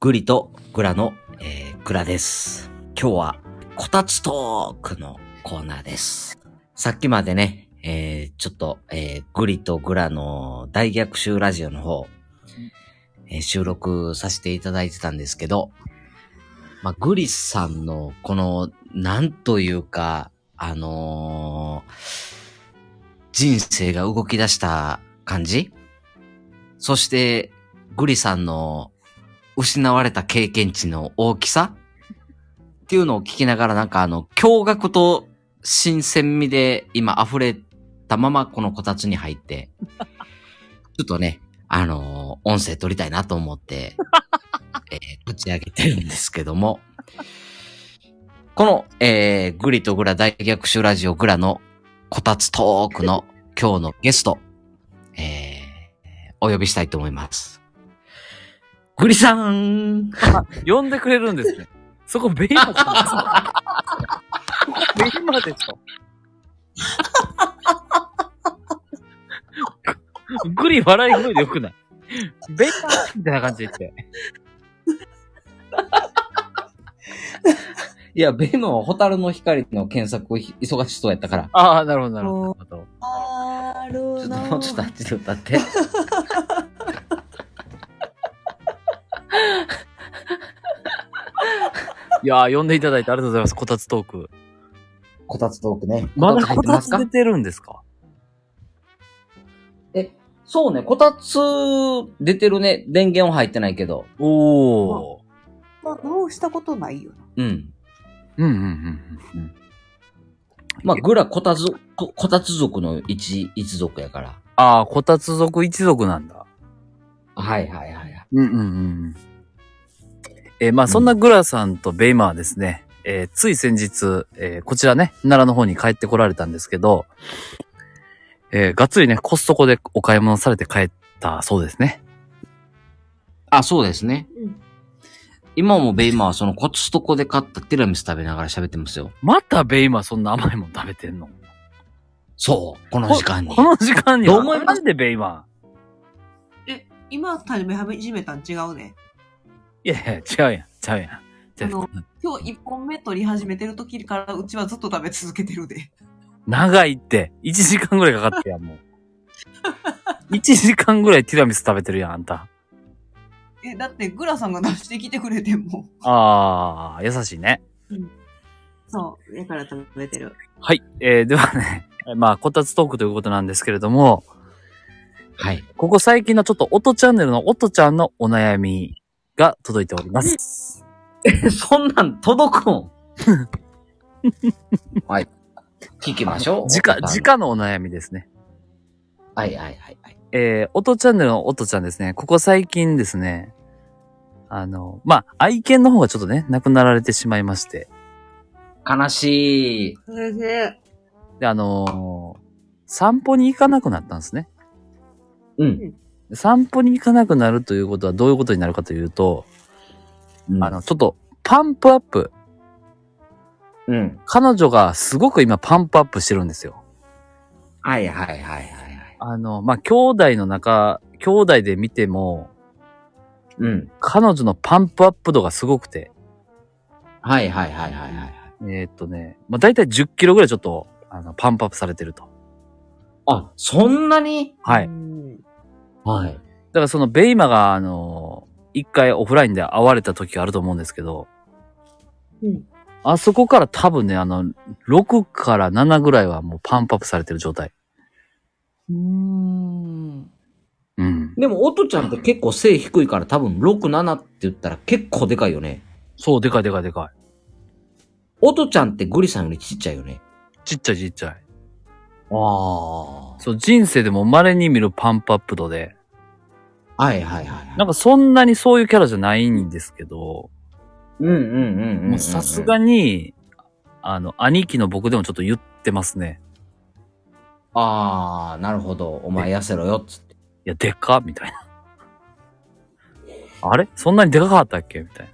グリとグラの、えー、グラです。今日は、こたつトークのコーナーです。さっきまでね、えー、ちょっと、えー、グリとグラの大逆襲ラジオの方、えー収録させていただいてたんですけど、まあ、グリさんの、この、なんというか、あのー人生が動き出した感じそして、グリさんの失われた経験値の大きさっていうのを聞きながら、なんかあの、驚愕と新鮮味で今溢れたままこのこたつに入って、ちょっとね、あのー音声取りたいなと思って、えー立ち上げてるんですけども、この、えー、グリとグラ大逆襲ラジオグラのこたつトークの今日のゲスト、えー、お呼びしたいと思います。グリさん呼んでくれるんですね。そこベイマですかベイマでしょぐり笑い声でよくないベイマみたいな感じで言って。いや、ベノはホタルの光の検索をひ忙しそうやったから、ああ、なるほど、なるほどなるほど。あるちょっとなもうちょっとあっちで歌って。いやー、呼んでいただいてありがとうございます。こたつトーク。 こたつトークね。まだ入こってたますつ出かてるんですかそうね、こたつ出てるね。電源は入ってないけど。おー。まあもうしたことないよな。うん。うんうんうんうん。まあ、グラこたつ、ここたつ族の一、一族やから。ああ、こたつ族一族なんだ。はいはいはいはい。うんうんうん。えーまあそんなグラさんとベイマーはですね、えーつい先日、えーこちらね、奈良の方に帰ってこられたんですけど、えーがっつりね、コストコでお買い物されて帰ったそうですね。あ、そうですね。うん。今もベイマーはそのコツとこで買ったティラミス食べながら喋ってますよ。またベイマーそんな甘いもん食べてんのそう。この 時間にこ。 この時間に。どう思いまなんでベイマーえ、今食べ始めたん違うね。いやいや、違うやん、ちゃうやん。じゃあの今日一本目取り始めてる時からうちはずっと食べ続けてるで。長いって、1時間ぐらいかかってやん、もう。1時間ぐらいティラミス食べてるやん、あんた。え、だってグラさんが出してきてくれてんもん。あー、優しいね。そう。だから食べてる。はい。えー、 ではね、まあ、こたつトークということなんですけれども、はい。ここ最近のちょっと音チャンネルの音ちゃんのお悩みが届いております。 そんなん届く んはい。聞きましょう。直、直のお悩みですね。はいはいはいはい。えー、音チャンネルの音ちゃんですね。ここ最近ですね、あの、まあ、愛犬の方がちょっとね、亡くなられてしまいまして、悲しい。先生。で、あのー散歩に行かなくなったんですね。うん。散歩に行かなくなるということはどういうことになるかというと、うんあの、、ちょっと、パンプアップ、うん。彼女がすごく今パンプアップしてるんですよ。はいはいはいはいはい。あの、まあ、兄弟の中、兄弟で見ても、うん。彼女のパンプアップ度がすごくて、はいはいはいはいはい。えーっとね、まあ、だいたい10キロぐらいちょっと、あの、パンプアップされてると。あ、そんなにはい。だうんはい。からそのベイマが、あの、一回オフラインで会われた時があると思うんですけど、うん。あそこから多分ね、あの、6から7ぐらいはもうパンプアップされてる状態。うん。うん。でも、おとちゃんって結構背低いから多分6、7って言ったら結構でかいよね。そう、でかいでかいでかい。おとちゃんってグリさんよりちっちゃいよね。ちっちゃいちっちゃい。あそう、人生でも稀に見るパンプアップ度で、あ。はいはいはい。なんかそんなにそういうキャラじゃないんですけど、うんうんうんうんうん。もうさすがに。に、あの、兄貴の僕でもちょっと言ってますね。ああ、なるほど。お前痩せろよ、つって。いや、でかっみた いな。あれそんなにでかかったっけみたいな。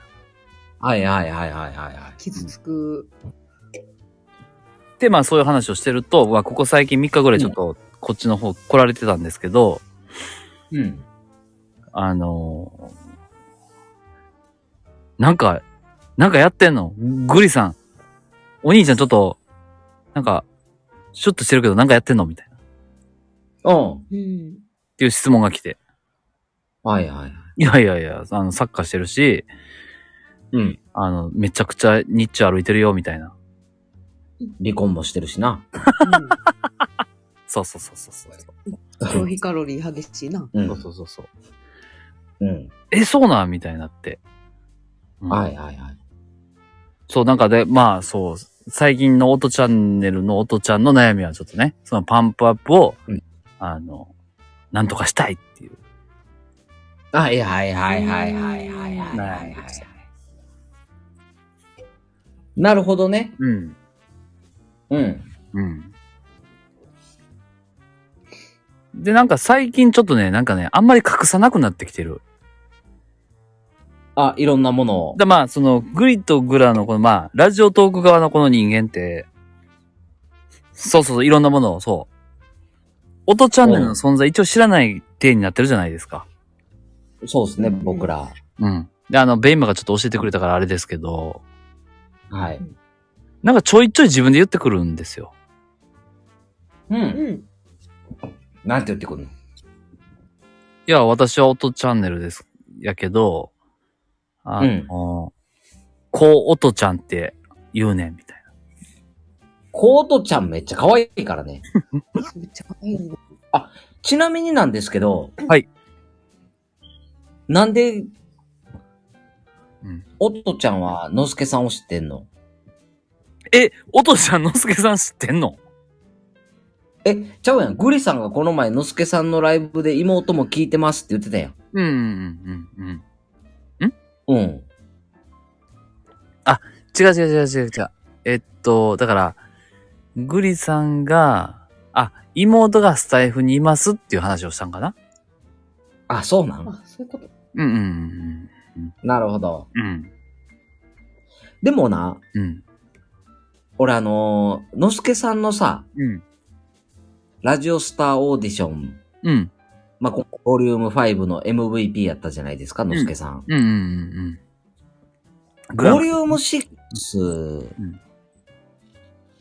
はいはいはいはいはいはい。傷つく。で、まあそういう話をしてると、まあここ最近3日ぐらいちょっとこっちの方来られてたんですけど、うん。あのーなんか、なんかやってんのグリさん。お兄ちゃんちょっと、なんか、シュッとしてるけどなんかやってんのみたいな。っうん。うん。ていう質問が来て。はいはいはい。いやいやいや、あの、サッカーしてるし、うん。あの、めちゃくちゃ日中歩いてるよ、みたいな。離婚もしてるしな。そうそうそうそうそう。消費カロリー激しいな。うそうそん。うそうそう。うん。え、そうなんみたいになって。うんはいはいはい。そう、なんかで、まあそう、最近のオトチャンネルのオトちゃんの悩みはちょっとね、そのパンプアップを、うんあの、なんとかしたいっていう。はいはいはいはいはいはいはいはいはい。なるほどね。うん。うん。うん。で、なんか最近ちょっとね、なんかね、あんまり隠さなくなってきてる。あ、いろんなものを。だまあ、その、グリとグラのこの、まあ、ラジオトーク側のこの人間って、そうそうそう、いろんなものを、そう。オトチャンネルの存在一応知らない体になってるじゃないですか。そうですね、うん僕ら。うん。で、あの、ベイマがちょっと教えてくれたからあれですけど、はい。なんかちょいちょい自分で言ってくるんですよ。う。うんん。なんて言ってくるのいや、私は音チャンネルです。やけど、あの、こう音ちゃんって言うねん、みたいコートちゃんめっちゃ可愛いからね。めっちゃ可愛いね。ちなみになんですけど。はい。なんで、な。うん。おっとちゃんは、のすけさんを知ってんのえ、音ちゃんのすけさん知ってんのえ、ちゃうやん。グリさんがこの前、のすけさんのライブで妹も聞いてますって言ってたやん。うん、うん、うん、うん。うん。違う違う違う違う違う。えっと、だから、グリさんが、あ、妹がスタイフにいますっていう話をしたんかなあ、そうなんあ、そういうこと。うん、うん、なるほど。うん。うん、でもな、うん、俺あのー、のすけさんのさ、うん、ラジオスターオーディション、うん。まあ、こボリューム5の MVP やったじゃないですか、のすけさん。うんうんうんうん。ボリューム6ん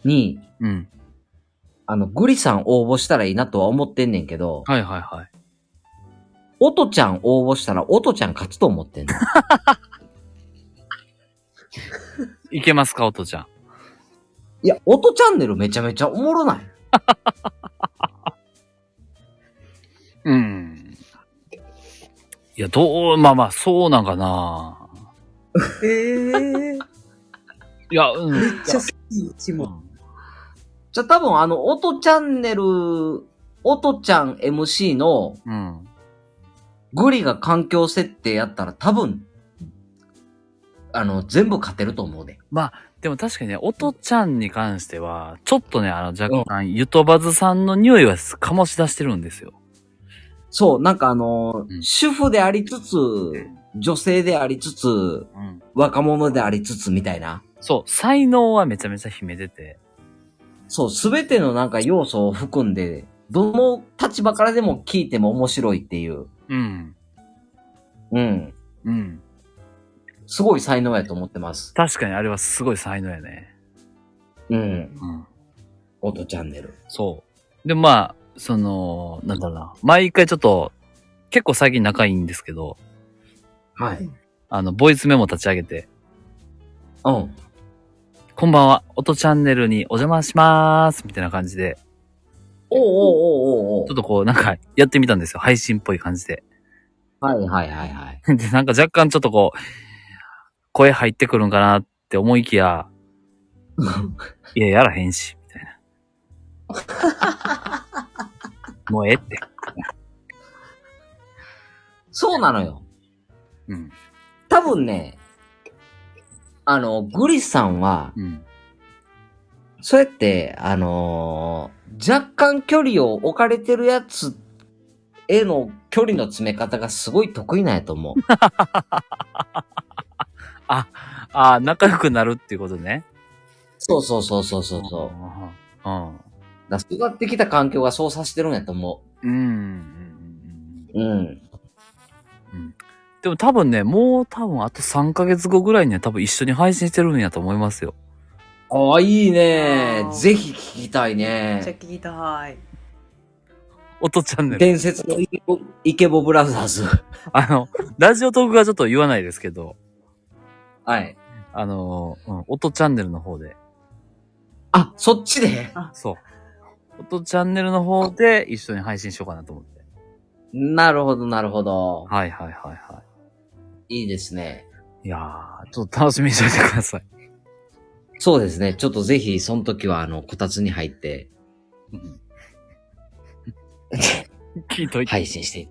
に、うん。あの、グリさん応募したらいいなとは思ってんねんけど、はいはいはい。オトちゃん応募したらオトちゃん勝つと思ってんの。 いけますか、おとちゃん。いや、オトチャンネルめちゃめちゃおもろない。うん。いや、どう、まあまあ、そうなんかな。ええめっいや、うん。いちゃ好き、うちやも。じゃあ多分あの、オトチャンネル、オトちゃん MC のうん。グリが環境設定やったら多分、あの、全部勝てると思うで。でも確かにね、おとちゃんに関しては、ちょっとね、あの、若干、ゆとばずさんの匂いは醸し出してるんですよ。そう、なんかあの、うん主婦でありつつ、女性でありつつ、うん。若者でありつつみたいな。そう、才能はめちゃめちゃ秘めてて。そう、すべてのなんか要素を含んで、どの立場からでも聞いても面白いっていう。うん。うん。うん。すごい才能やと思ってます。確かにあれはすごい才能やね。うん。うん。オトチャンネル。そう。で、まあ、その、なんだろうな。毎回ちょっと、結構最近仲いいんですけど、はい。あの、ボイスメモ立ち上げて、うん。こんばんは、音チャンネルにお邪魔しまーす、みたいな感じで、おうおうおうおうおうちょっとこう、なんか、やってみたんですよ。配信っぽい感じで。はいはいはいはい。で、なんか若干ちょっとこう、声入ってくるんかなって思いきや、いや、やらへんし、みたいな。 もうええって。そうなのよ。うん。多分ね、あの、グリスさんは、うん。そうやって、あのー若干距離を置かれてるやつへの距離の詰め方がすごい得意なんやと 思う。ああ、仲良くなるっていうことね。そうそうそうそうそうそう。う。うん。だから育ってきた環境がそうさせてるんやと思うんうんうんうう。んうん。うん。でも多分ね、もう多分あと3ヶ月後ぐらいには多分一緒に配信してるんやと思いますよ。ああ、いいねあ。ーぜひ聞きたいめっちゃね。聞きたい。音チャンネル。伝説のイケボイケボブラザーズ。あの、ラジオトークはちょっと言わないですけど、はい。あの、うん、音チャンネルの方で。あ、そっち でそう。音チャンネルの方で一緒に配信しようかなと思って。なるほど、なるほど。はいはいはいはいいですね。い。いやー、ちょっと楽しみにしといてください。そうですね。ちょっとぜひ、その時は、あの、こたつに入って、 聞いといて。配信して。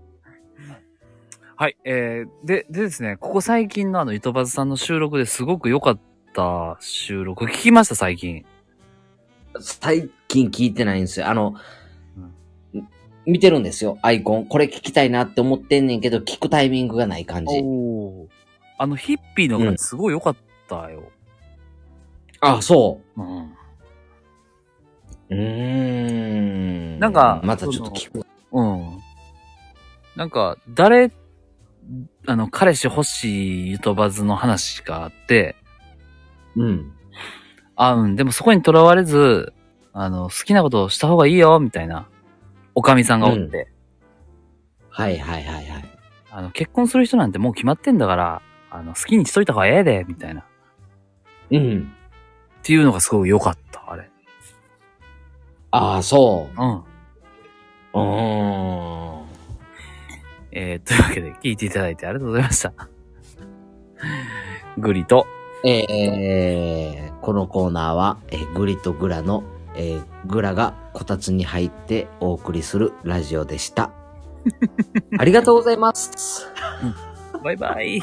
はい、えー、で、でですね、ここ最近のあの、糸端さんの収録ですごく良かった収録、聞きました、最近。最近聞いてないんですよ。あのうん、見てるんですよ。アイコン。これ聞きたいなって思ってんねんけど、聞くタイミングがない感じ。おあの、ヒッピーのうがんすごい良かったよ。あ、そうん。う。うーん。なんかまたちょっと聞く。うん。なんか、誰、あの、彼氏欲しいゆとばずの話があって、うん。あ、うん、でもそこにとらわれず、あの、好きなことをした方がいいよ、みたいな、おかみさんがおって、はいはいはいはい。あの、結婚する人なんてもう決まってんだから、あの、好きにしといた方がええで、みたいな。っうん。ていうのがすごい良かった、あれ。ああ、そう。うん。うーん。えー、というわけで、聞いていただいてありがとうございました。グリと、えー、このコーナーは、えーグリとグラの、えーグラがこたつに入ってお送りするラジオでした。ありがとうございます。バイバイ。